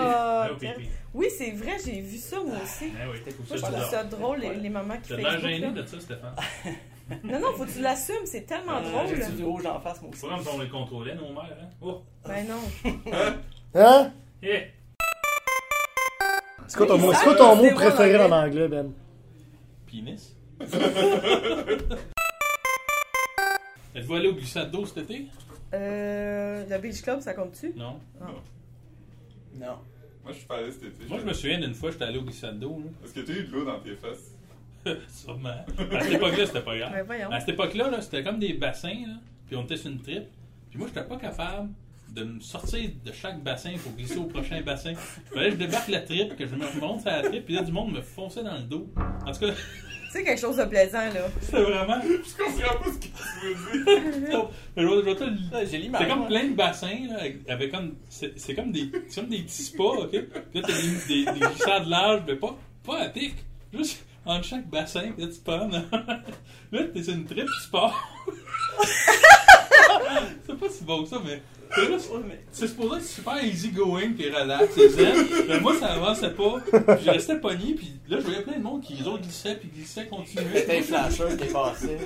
Speaker 1: Ah, oui,
Speaker 3: Pierrette.
Speaker 1: oui.
Speaker 3: Oui, c'est vrai, j'ai vu ça moi aussi.
Speaker 1: Ah oui,
Speaker 2: C'était
Speaker 1: faut
Speaker 3: Moi, je
Speaker 1: ça
Speaker 3: trouve
Speaker 1: bizarre.
Speaker 3: ça drôle, les, les mamans qui
Speaker 1: T'as de
Speaker 3: font.
Speaker 1: l'air gêné de ça, Stéphane.
Speaker 3: Non, non, faut que tu l'assumes, c'est tellement
Speaker 2: Euh,
Speaker 3: Ah, drôle.
Speaker 2: J'ai du rouge en face, moi aussi.
Speaker 1: C'est pas comme si on les contrôlait, nos mères, hein? Oh!
Speaker 3: Ben non.
Speaker 5: Hein?
Speaker 1: Hé!
Speaker 5: C'est quoi ton
Speaker 3: Oui,
Speaker 5: mot,
Speaker 3: ça,
Speaker 5: c'est quoi ton
Speaker 3: c'est
Speaker 5: mot
Speaker 3: bon,
Speaker 5: préféré
Speaker 3: l'anglais.
Speaker 5: en anglais, Ben?
Speaker 1: Pénis. Êtes-vous allé au glissade d'eau cet été?
Speaker 3: Euh, le Beach Club, ça compte-tu?
Speaker 1: Non.
Speaker 2: Non.
Speaker 4: Moi, je suis pas allé cet été.
Speaker 1: Moi, je me souviens d'une fois, j'étais allé au glissade d'eau,
Speaker 4: Est-ce que t'as eu de l'eau dans tes fesses?
Speaker 1: là. Sûrement. À cette époque-là, c'était pas grave.
Speaker 3: Ben voyons.
Speaker 1: À cette époque-là, là, c'était comme des bassins, là, puis on était sur une trip. Puis moi, j'étais pas capable de me sortir de chaque bassin pour glisser au prochain bassin. Fallait que je débarque la trip, que je me remonte sur la trip, puis là, du monde me fonçait dans le dos. En tout cas,
Speaker 3: C'est quelque chose de plaisant, là.
Speaker 1: c'était vraiment.
Speaker 4: Je comprends pas ce que tu veux dire.
Speaker 1: Je vais- je vais te le-
Speaker 2: J'ai l'image.
Speaker 1: C'est comme plein de bassins, là, avec- avec comme. C'est c'est comme des. C'est comme des petits spas, ok? Puis là, t'as des, des, des glissades larges, mais pas, pas à pic. Juste entre chaque bassin, puis là, tu te prends. Là, là, t'es sur une trip, tu pars. c'est pas si beau que ça, mais C'est supposé être super easy going puis relax, c'est zen. Mais moi, ça avançait pas. Puis je restais pogné, puis là, je voyais plein de monde qui les autres glissaient, puis glissaient, continuaient.
Speaker 2: C'était un flasheur qui est passé.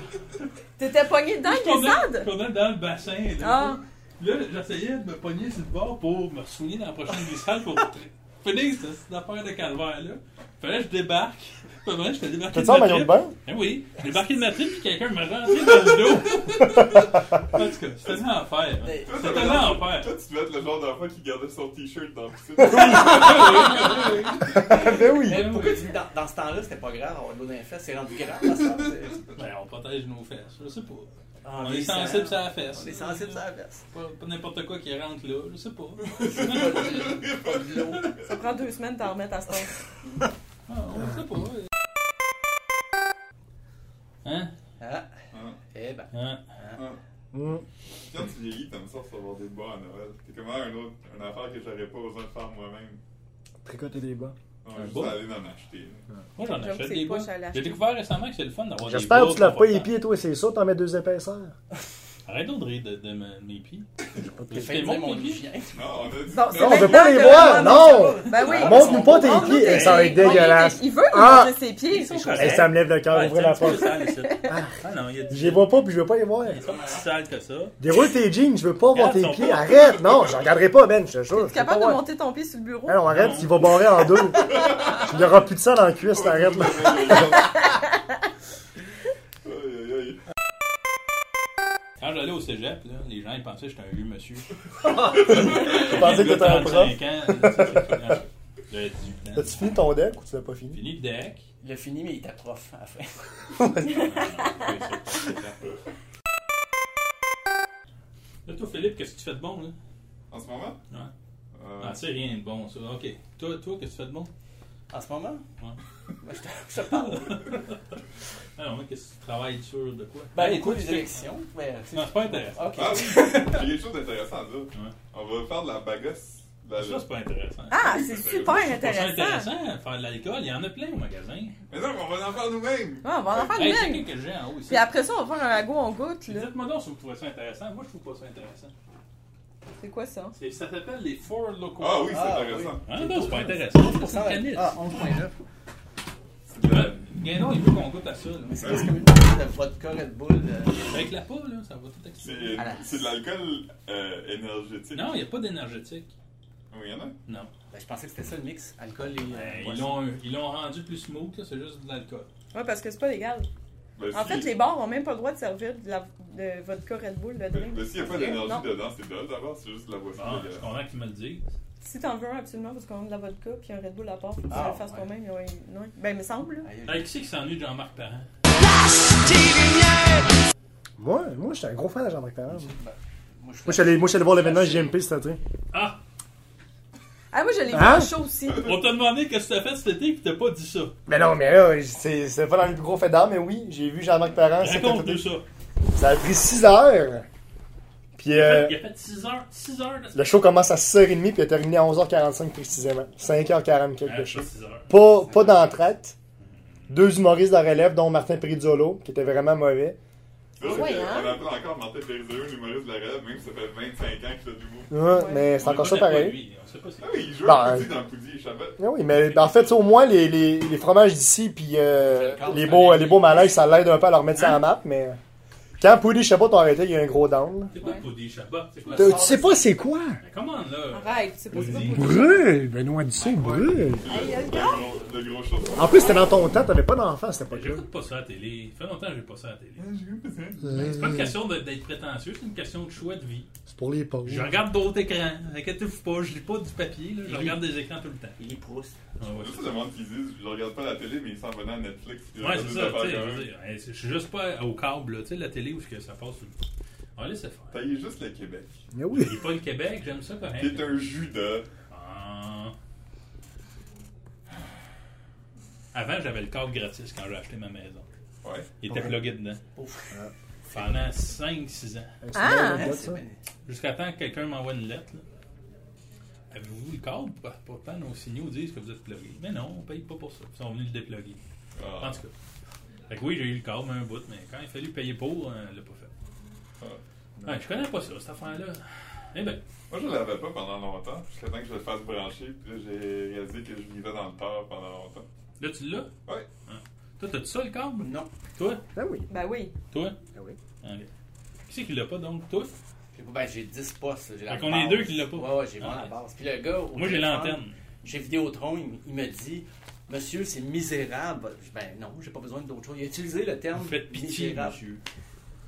Speaker 3: T'étais pogné dedans,
Speaker 1: Je tournais- je
Speaker 3: glissade?
Speaker 1: tournais dans le bassin. Là,
Speaker 3: Ah.
Speaker 1: Là, j'essayais de me pogner sur le bord pour me souvenir dans la prochaine glissade pour tr- finir cette, cette affaire de calvaire-là. Fallait que je débarque. Fait que j'étais débarqué de
Speaker 5: T'as-tu un
Speaker 1: ma
Speaker 5: maillot de
Speaker 1: trip.
Speaker 5: bain?
Speaker 1: Eh oui, j'ai débarqué de ma trip puis quelqu'un me rentrait dans le dos. en tout cas, c'était un enfer. hein.
Speaker 2: Toi,
Speaker 1: C'était un enfer.
Speaker 4: Toi, tu devais être le genre d'enfant qui gardait son t-shirt dans la piscine.
Speaker 5: Ben oui.
Speaker 1: Eh
Speaker 2: Pourquoi
Speaker 1: oui.
Speaker 2: tu dis dans, dans ce temps-là, c'était pas grave, avoir de l'eau dans les fesses, c'est rendu grave dans ce temps
Speaker 1: Ben, on protège nos fesses, je sais pas.
Speaker 2: Ah,
Speaker 1: On est sensible sur la fesse.
Speaker 2: On est sensible sur la fesse.
Speaker 1: Pas, pas n'importe quoi qui rentre là, je sais pas.
Speaker 2: Pas de l'eau.
Speaker 3: Ça prend deux semaines de t'en remettre à ce temps.
Speaker 1: Ah, on sait pas. Hein?
Speaker 2: Ah,
Speaker 4: Hein?
Speaker 2: eh ben.
Speaker 1: Hein?
Speaker 4: Hein?
Speaker 5: Mm.
Speaker 4: Quand tu vieillis, t'aimes ça recevoir des bas à Noël. C'est comment un autre, une affaire que j'aurais pas osé faire moi-même.
Speaker 5: Tricoter des bas.
Speaker 4: On
Speaker 1: Un
Speaker 4: va juste
Speaker 1: bas?
Speaker 4: aller en acheter.
Speaker 1: Moi, j'en
Speaker 3: J'avoue
Speaker 1: achète
Speaker 3: que
Speaker 1: des
Speaker 3: c'est
Speaker 1: bas.
Speaker 3: poche à l'acheter.
Speaker 1: J'ai découvert récemment que c'est le fun d'avoir des
Speaker 5: J'espère
Speaker 1: bas
Speaker 5: que tu laves pas les
Speaker 1: confortables.
Speaker 5: pieds, toi, c'est sûr, t'en mets deux épaisseurs.
Speaker 1: Arrête donc de rire de, de me- mes pieds. C'était
Speaker 2: J'ai failli
Speaker 1: mon
Speaker 2: dire mon
Speaker 1: pipi.
Speaker 2: chien.
Speaker 4: Non, on a dit.
Speaker 3: Non,
Speaker 4: non,
Speaker 3: c'est
Speaker 5: on veut
Speaker 3: maintenant
Speaker 5: pas les
Speaker 3: que-
Speaker 5: voir, non! Ah,
Speaker 3: Ben oui.
Speaker 5: Montre-nous pas tes
Speaker 3: Montre-nous
Speaker 5: pieds.
Speaker 3: tes
Speaker 5: Eh, Ça va être
Speaker 3: pieds.
Speaker 5: dégueulasse.
Speaker 3: Il veut nous
Speaker 5: Ah!
Speaker 3: montrer ses pieds.
Speaker 5: Eh, ça me lève le cœur,
Speaker 1: Ouais,
Speaker 5: ouvre la
Speaker 1: c'est un petit
Speaker 5: porte.
Speaker 1: peu sale, ici. Ah non, il y a
Speaker 5: Je les vois pas, puis je veux pas les voir.
Speaker 1: Ils sont pas si sales que ça.
Speaker 5: Déroule tes jeans, je veux pas voir
Speaker 1: Regarde,
Speaker 5: tes
Speaker 1: ils sont
Speaker 5: pieds.
Speaker 1: pas-
Speaker 5: Arrête! Non, je regarderai pas, Ben, je te jure. je
Speaker 3: T'es
Speaker 5: veux pas
Speaker 3: capable de
Speaker 5: voir.
Speaker 3: monter ton pied sur le bureau?
Speaker 5: Alors arrête, il va barrer en deux. Il n'y aura plus de sang dans la cuisse, arrête. là.
Speaker 4: Aïe, aïe, aïe.
Speaker 1: Quand j'allais au cégep, là, les gens ils pensaient que j'étais un vieux monsieur.
Speaker 5: Je pensais que t'étais un prof.
Speaker 1: 35 ans. tu sais, J'avais 18 ans.
Speaker 5: As-tu fini ton deck ou tu l'as pas fini?
Speaker 1: Fini le deck.
Speaker 2: Il a fini, mais il était prof à la fin.
Speaker 1: Là, toi, Philippe, qu'est-ce que tu fais de bon, là?
Speaker 4: En ce moment?
Speaker 1: Ouais.
Speaker 4: Euh,
Speaker 1: Ah, c'est rien de bon, ça. OK. Toi, toi qu'est-ce que tu fais de bon?
Speaker 2: En ce moment?
Speaker 1: Ouais.
Speaker 2: Moi, je te, je te parle.
Speaker 1: Ah non, qu'est-ce que tu travailles sur de quoi?
Speaker 2: Ben,
Speaker 1: quoi,
Speaker 2: écoute,
Speaker 1: tu
Speaker 2: les
Speaker 1: fais-
Speaker 2: élections. Mais, euh,
Speaker 1: Non, c'est pas intéressant.
Speaker 2: ok.
Speaker 4: Ah oui, j'ai quelque chose d'intéressant à dire.
Speaker 1: Ouais.
Speaker 4: On va faire de la Ben, bagasse. de la-
Speaker 1: Ça, c'est pas intéressant.
Speaker 3: Ah, c'est super
Speaker 1: C'est pas
Speaker 3: intéressant.
Speaker 1: intéressant, faire de l'alcool, il y en a plein au magasin.
Speaker 4: Mais non, mais on va en faire nous-mêmes.
Speaker 3: Ah, on va en faire
Speaker 1: Hey,
Speaker 3: une
Speaker 1: c'est
Speaker 3: même.
Speaker 1: que j'ai en haut ici.
Speaker 3: Puis après ça, on va faire un lago en goutte, là.
Speaker 1: Dites-moi donc si vous trouvez ça intéressant. Moi, je trouve pas ça intéressant.
Speaker 3: C'est quoi ça?
Speaker 1: C'est- Ça s'appelle les Four Locals.
Speaker 4: Ah oui, c'est
Speaker 2: Ah,
Speaker 4: intéressant.
Speaker 1: Ah non, c'est pas intéressant. C'est une canisse.
Speaker 2: Ah, 11.9.
Speaker 4: C'est de la-
Speaker 1: Gainon, il veut qu'on goûte à ça. là.
Speaker 2: Mais c'est presque comme une bouteille de vodka Red Bull. euh,
Speaker 1: Avec la peau, là, ça va tout exploser.
Speaker 4: C'est c'est de l'alcool euh, énergétique.
Speaker 1: Non, il n'y a pas d'énergétique.
Speaker 4: Oui, il y en a.
Speaker 1: Non.
Speaker 2: ben, je pensais que c'était ça le mix. Alcool et. euh,
Speaker 1: Ben, ils
Speaker 2: boisson.
Speaker 1: l'ont- ils l'ont rendu plus smooth, là, c'est juste de l'alcool.
Speaker 3: Ouais, parce que c'est pas légal.
Speaker 4: Ben,
Speaker 3: En
Speaker 4: si-
Speaker 3: fait, les bars ont même pas le droit de servir de, la, de vodka Red Bull, le
Speaker 4: Ben,
Speaker 3: drink.
Speaker 4: ben, s'il n'y a pas
Speaker 3: Non.
Speaker 4: d'énergie dedans, c'est de d'abord, c'est juste de la boisson.
Speaker 1: Ah, je
Speaker 4: dégueulasse.
Speaker 1: suis content qu'ils me le disent.
Speaker 3: Si t'en veux un, absolument, parce qu'on a de la vodka puis un Red Bull à part, faut que tu
Speaker 2: Ah,
Speaker 3: le fasses
Speaker 2: ouais.
Speaker 3: toi-même. ouais, non. Ben, il me semble. là.
Speaker 2: Aïe, aïe.
Speaker 1: Hey, qui c'est qui s'ennuie de Jean-Marc Parent?
Speaker 5: Moi, moi, j'étais un gros fan de Jean-Marc Parent. Moi,
Speaker 2: Ben, Moi, je
Speaker 5: je
Speaker 2: fais
Speaker 5: suis allé, moi, je suis allé voir l'événement JMP cet été.
Speaker 1: Ah!
Speaker 3: Ah, moi, je l'ai
Speaker 5: Hein?
Speaker 3: vu chaud aussi.
Speaker 1: On t'a demandé qu'est-ce que t'as fait cet été pis t'as pas dit ça.
Speaker 5: Mais non, mais là, c'est c'est pas dans le plus gros fait d'art, mais oui, j'ai vu Jean-Marc Parent.
Speaker 4: Ah,
Speaker 5: cet
Speaker 1: Raconte-nous
Speaker 5: été.
Speaker 1: ça.
Speaker 5: Ça a pris 6 heures. Puis euh,
Speaker 1: Il a fait 6 heures, 6 heures de
Speaker 5: le show commence à 6h30 puis a terminé à 11h45 précisément. 5h40 quelque
Speaker 1: Ah,
Speaker 5: chose.
Speaker 1: 6 heures.
Speaker 5: Pas, pas d'entraide. Deux humoristes dans la relève, dont Martin Perizzolo, qui était vraiment mauvais.
Speaker 4: Tu vois,
Speaker 3: Ouais,
Speaker 4: on
Speaker 3: hein.
Speaker 4: apprend encore Martin Périzeux, l'humoriste de la relève, même si ça fait 25 ans qu'il fait du mot.
Speaker 5: Ouais, Mais c'est
Speaker 1: On
Speaker 5: encore ça
Speaker 1: écoutait pas
Speaker 5: pareil.
Speaker 1: lui, On sait pas si...
Speaker 4: Ah oui, il joue
Speaker 5: Ben,
Speaker 4: à Poudi dans Poudi et Chabot.
Speaker 5: Ah oui, mais en fait, ça, au moins, les, les, les fromages d'ici, puis euh,
Speaker 2: Quand
Speaker 5: les,
Speaker 2: ça
Speaker 5: beaux,
Speaker 2: l'aide.
Speaker 5: les beaux malaises, ça l'aide un peu à leur mettre ça en map, mais quand Poudy et Chabot ont arrêté, il y a eu un gros down.
Speaker 1: C'est quoi Poudy Chabot? C'est quoi
Speaker 5: Tu
Speaker 1: ça?
Speaker 5: Euh, tu sais pas c'est quoi?
Speaker 1: Mais Comment là?
Speaker 3: Arrête, c'est pas c'est pas
Speaker 1: Vas-y.
Speaker 3: pour
Speaker 5: Brûle! Benoît Dussault, brûle!
Speaker 3: Aïe, aïe,
Speaker 4: Le gros- le gros show.
Speaker 5: Ah, En plus, c'était dans ton temps, t'avais pas d'enfant, c'était pas cool.
Speaker 1: J'écoute pas ça à la télé. Ça fait longtemps que j'ai pas ça à la télé. C'est
Speaker 5: Mm.
Speaker 1: pas une question de- d'être prétentieux, c'est une question de choix de vie.
Speaker 5: C'est pour les pauvres.
Speaker 1: Je regarde d'autres écrans. Inquiétez-vous pas, je lis pas du papier, là. je regarde des écrans tout le temps.
Speaker 2: Il est Proust.
Speaker 1: Ah, ouais,
Speaker 4: Je
Speaker 1: c'est
Speaker 4: me demande qu'ils disent, je regarde pas la télé, mais ils s'en venaient à Netflix. Ils
Speaker 1: Ouais,
Speaker 4: regardent
Speaker 1: c'est
Speaker 4: des
Speaker 1: ça.
Speaker 4: affaires
Speaker 1: tu sais,
Speaker 4: comme
Speaker 1: je veux dire, hey, c'est- Je suis juste pas au câble, là, tu sais, la télé où est-ce que ça passe. sur le- On va laisser faire.
Speaker 4: Taillez juste le Québec.
Speaker 5: Mais oui.
Speaker 1: Et pas le Québec, j'aime ça quand
Speaker 4: Qui est
Speaker 1: même.
Speaker 4: un Judas.
Speaker 1: Ah. Avant, j'avais le câble gratis quand j'ai acheté ma maison.
Speaker 4: Ouais.
Speaker 1: Il était
Speaker 5: Ouais.
Speaker 1: plugué dedans. Euh,
Speaker 2: Ouf.
Speaker 1: Pendant 5-6 ans.
Speaker 3: Ah!
Speaker 5: C'est bien,
Speaker 2: Hein, C'est ben,
Speaker 5: ça.
Speaker 2: bien.
Speaker 1: Jusqu'à temps que quelqu'un m'envoie une lettre. là. Avez-vous le câble? Pour- Pourtant, nos signaux disent que vous êtes plugué. Mais non, on paye pas pour ça. Ils sont venus le dépluguer. En
Speaker 4: Ah.
Speaker 1: tout cas. Fait que oui, j'ai eu le câble, un bout, mais quand il a fallu payer pour, euh, on l'a pas fait.
Speaker 4: Ah.
Speaker 1: Ouais, je connais pas ça, cette affaire-là. Eh ben,
Speaker 4: Moi, je l'avais pas pendant longtemps, jusqu'à temps que je le fasse brancher, puis là, j'ai réalisé que je vivais dans le tort pendant longtemps.
Speaker 1: là, tu l'as? Hein?
Speaker 4: Ouais.
Speaker 1: Toi, t'as-tu ça, le câble?
Speaker 2: Non,
Speaker 1: Toi?
Speaker 5: Ben oui.
Speaker 3: Ben oui.
Speaker 1: Toi?
Speaker 2: Ah
Speaker 5: Ben oui.
Speaker 1: Ok. Qui c'est qui l'a pas, donc? Toi?
Speaker 2: j'ai pas- ben, j'ai 10 postes. là, J'ai la
Speaker 1: Fait qu'on est
Speaker 2: base.
Speaker 1: deux qui l'a pas.
Speaker 2: Ouais, ouais, j'ai vraiment
Speaker 1: Ah.
Speaker 2: la base. Puis le gars. au
Speaker 1: Moi, j'ai
Speaker 2: téléphone,
Speaker 1: l'antenne.
Speaker 2: Chez Vidéotron, il, il me dit Monsieur, c'est misérable. Je dis, Ben non, j'ai pas besoin d'autre chose. Il a utilisé le terme
Speaker 1: Vous faites pitié,
Speaker 2: misérable.
Speaker 1: monsieur.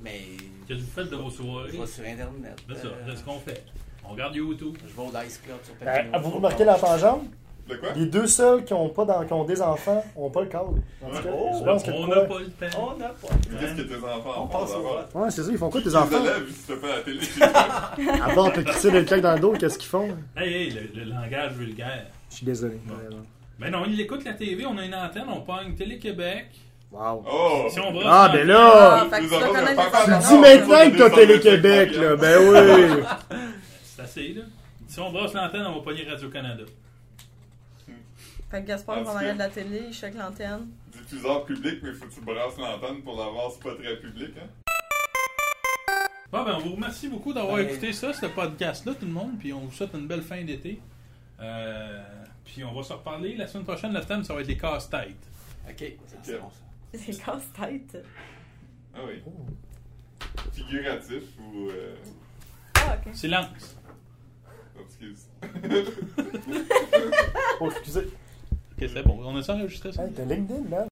Speaker 2: Mais
Speaker 1: Qu'est-ce que vous faites de vos
Speaker 2: je
Speaker 1: soirées?
Speaker 2: vais sur Internet.
Speaker 1: C'est ça,
Speaker 2: Euh,
Speaker 1: c'est ce qu'on fait. On regarde YouTube.
Speaker 2: Je vais au Dice Club sur
Speaker 5: Ben,
Speaker 2: Papineau.
Speaker 5: vous remarquez la tangente?
Speaker 4: Le quoi?
Speaker 5: Les deux seuls qui ont, pas dans- qui ont des enfants ont pas le câble. En tout cas, je pense que
Speaker 1: on
Speaker 5: quoi-
Speaker 1: n'a pas le temps.
Speaker 2: On n'a pas.
Speaker 4: Qu'est-ce que tes enfants
Speaker 2: On
Speaker 4: ont
Speaker 2: passe au
Speaker 4: d'avoir?
Speaker 2: vote.
Speaker 5: Ouais, c'est ça, ils font quoi tes
Speaker 4: Tes
Speaker 5: enfants?
Speaker 4: élèves, si tu fais la télé chez toi.
Speaker 5: À part te crisser le cac dans le dos, qu'est-ce qu'ils font?
Speaker 1: Hey, hey, le, le langage vulgaire.
Speaker 5: Je suis désolé.
Speaker 1: Non.
Speaker 5: vraiment.
Speaker 1: Ben non, il écoute la TV, on a une antenne, on pogne Télé-Québec.
Speaker 5: Wow.
Speaker 4: Oh!
Speaker 1: Si on brosse
Speaker 5: Ah,
Speaker 1: dans-
Speaker 5: ben là!
Speaker 3: fait que
Speaker 4: nous
Speaker 3: tu
Speaker 4: avons
Speaker 3: dois
Speaker 4: le
Speaker 3: connaître
Speaker 4: papa
Speaker 3: les
Speaker 4: de-
Speaker 5: Dis
Speaker 3: prénoms.
Speaker 5: maintenant que t'as Télé-Québec,
Speaker 4: hein.
Speaker 5: là. Ben oui!
Speaker 1: C'est assez, là. Si on brosse l'antenne, on va pogner Radio-Canada.
Speaker 3: Fait
Speaker 4: Ah,
Speaker 3: que Gaspard, va en arrière de la télé, il check l'antenne.
Speaker 4: Diffuseur public, mais faut que tu brasses l'antenne pour l'avoir, c'est pas très public, hein?
Speaker 1: Bon, ben, on vous remercie beaucoup d'avoir
Speaker 2: Ouais.
Speaker 1: écouté ça, ce podcast-là, tout le monde. Puis on vous souhaite une belle fin d'été. Euh, puis on va se reparler la semaine prochaine. Le thème, ça va être les casse-têtes.
Speaker 2: Ok, c'est- c'est bon ça.
Speaker 3: C'est casse-tête.
Speaker 4: Ah oui.
Speaker 5: Oh.
Speaker 4: Figuratif ou. Euh,
Speaker 3: Ah, ok.
Speaker 1: Silence.
Speaker 4: excuse.
Speaker 5: Oh, excusez.
Speaker 1: Ok, c'est bon. On a ça enregistré, ça?
Speaker 5: Hey, t'as LinkedIn, man.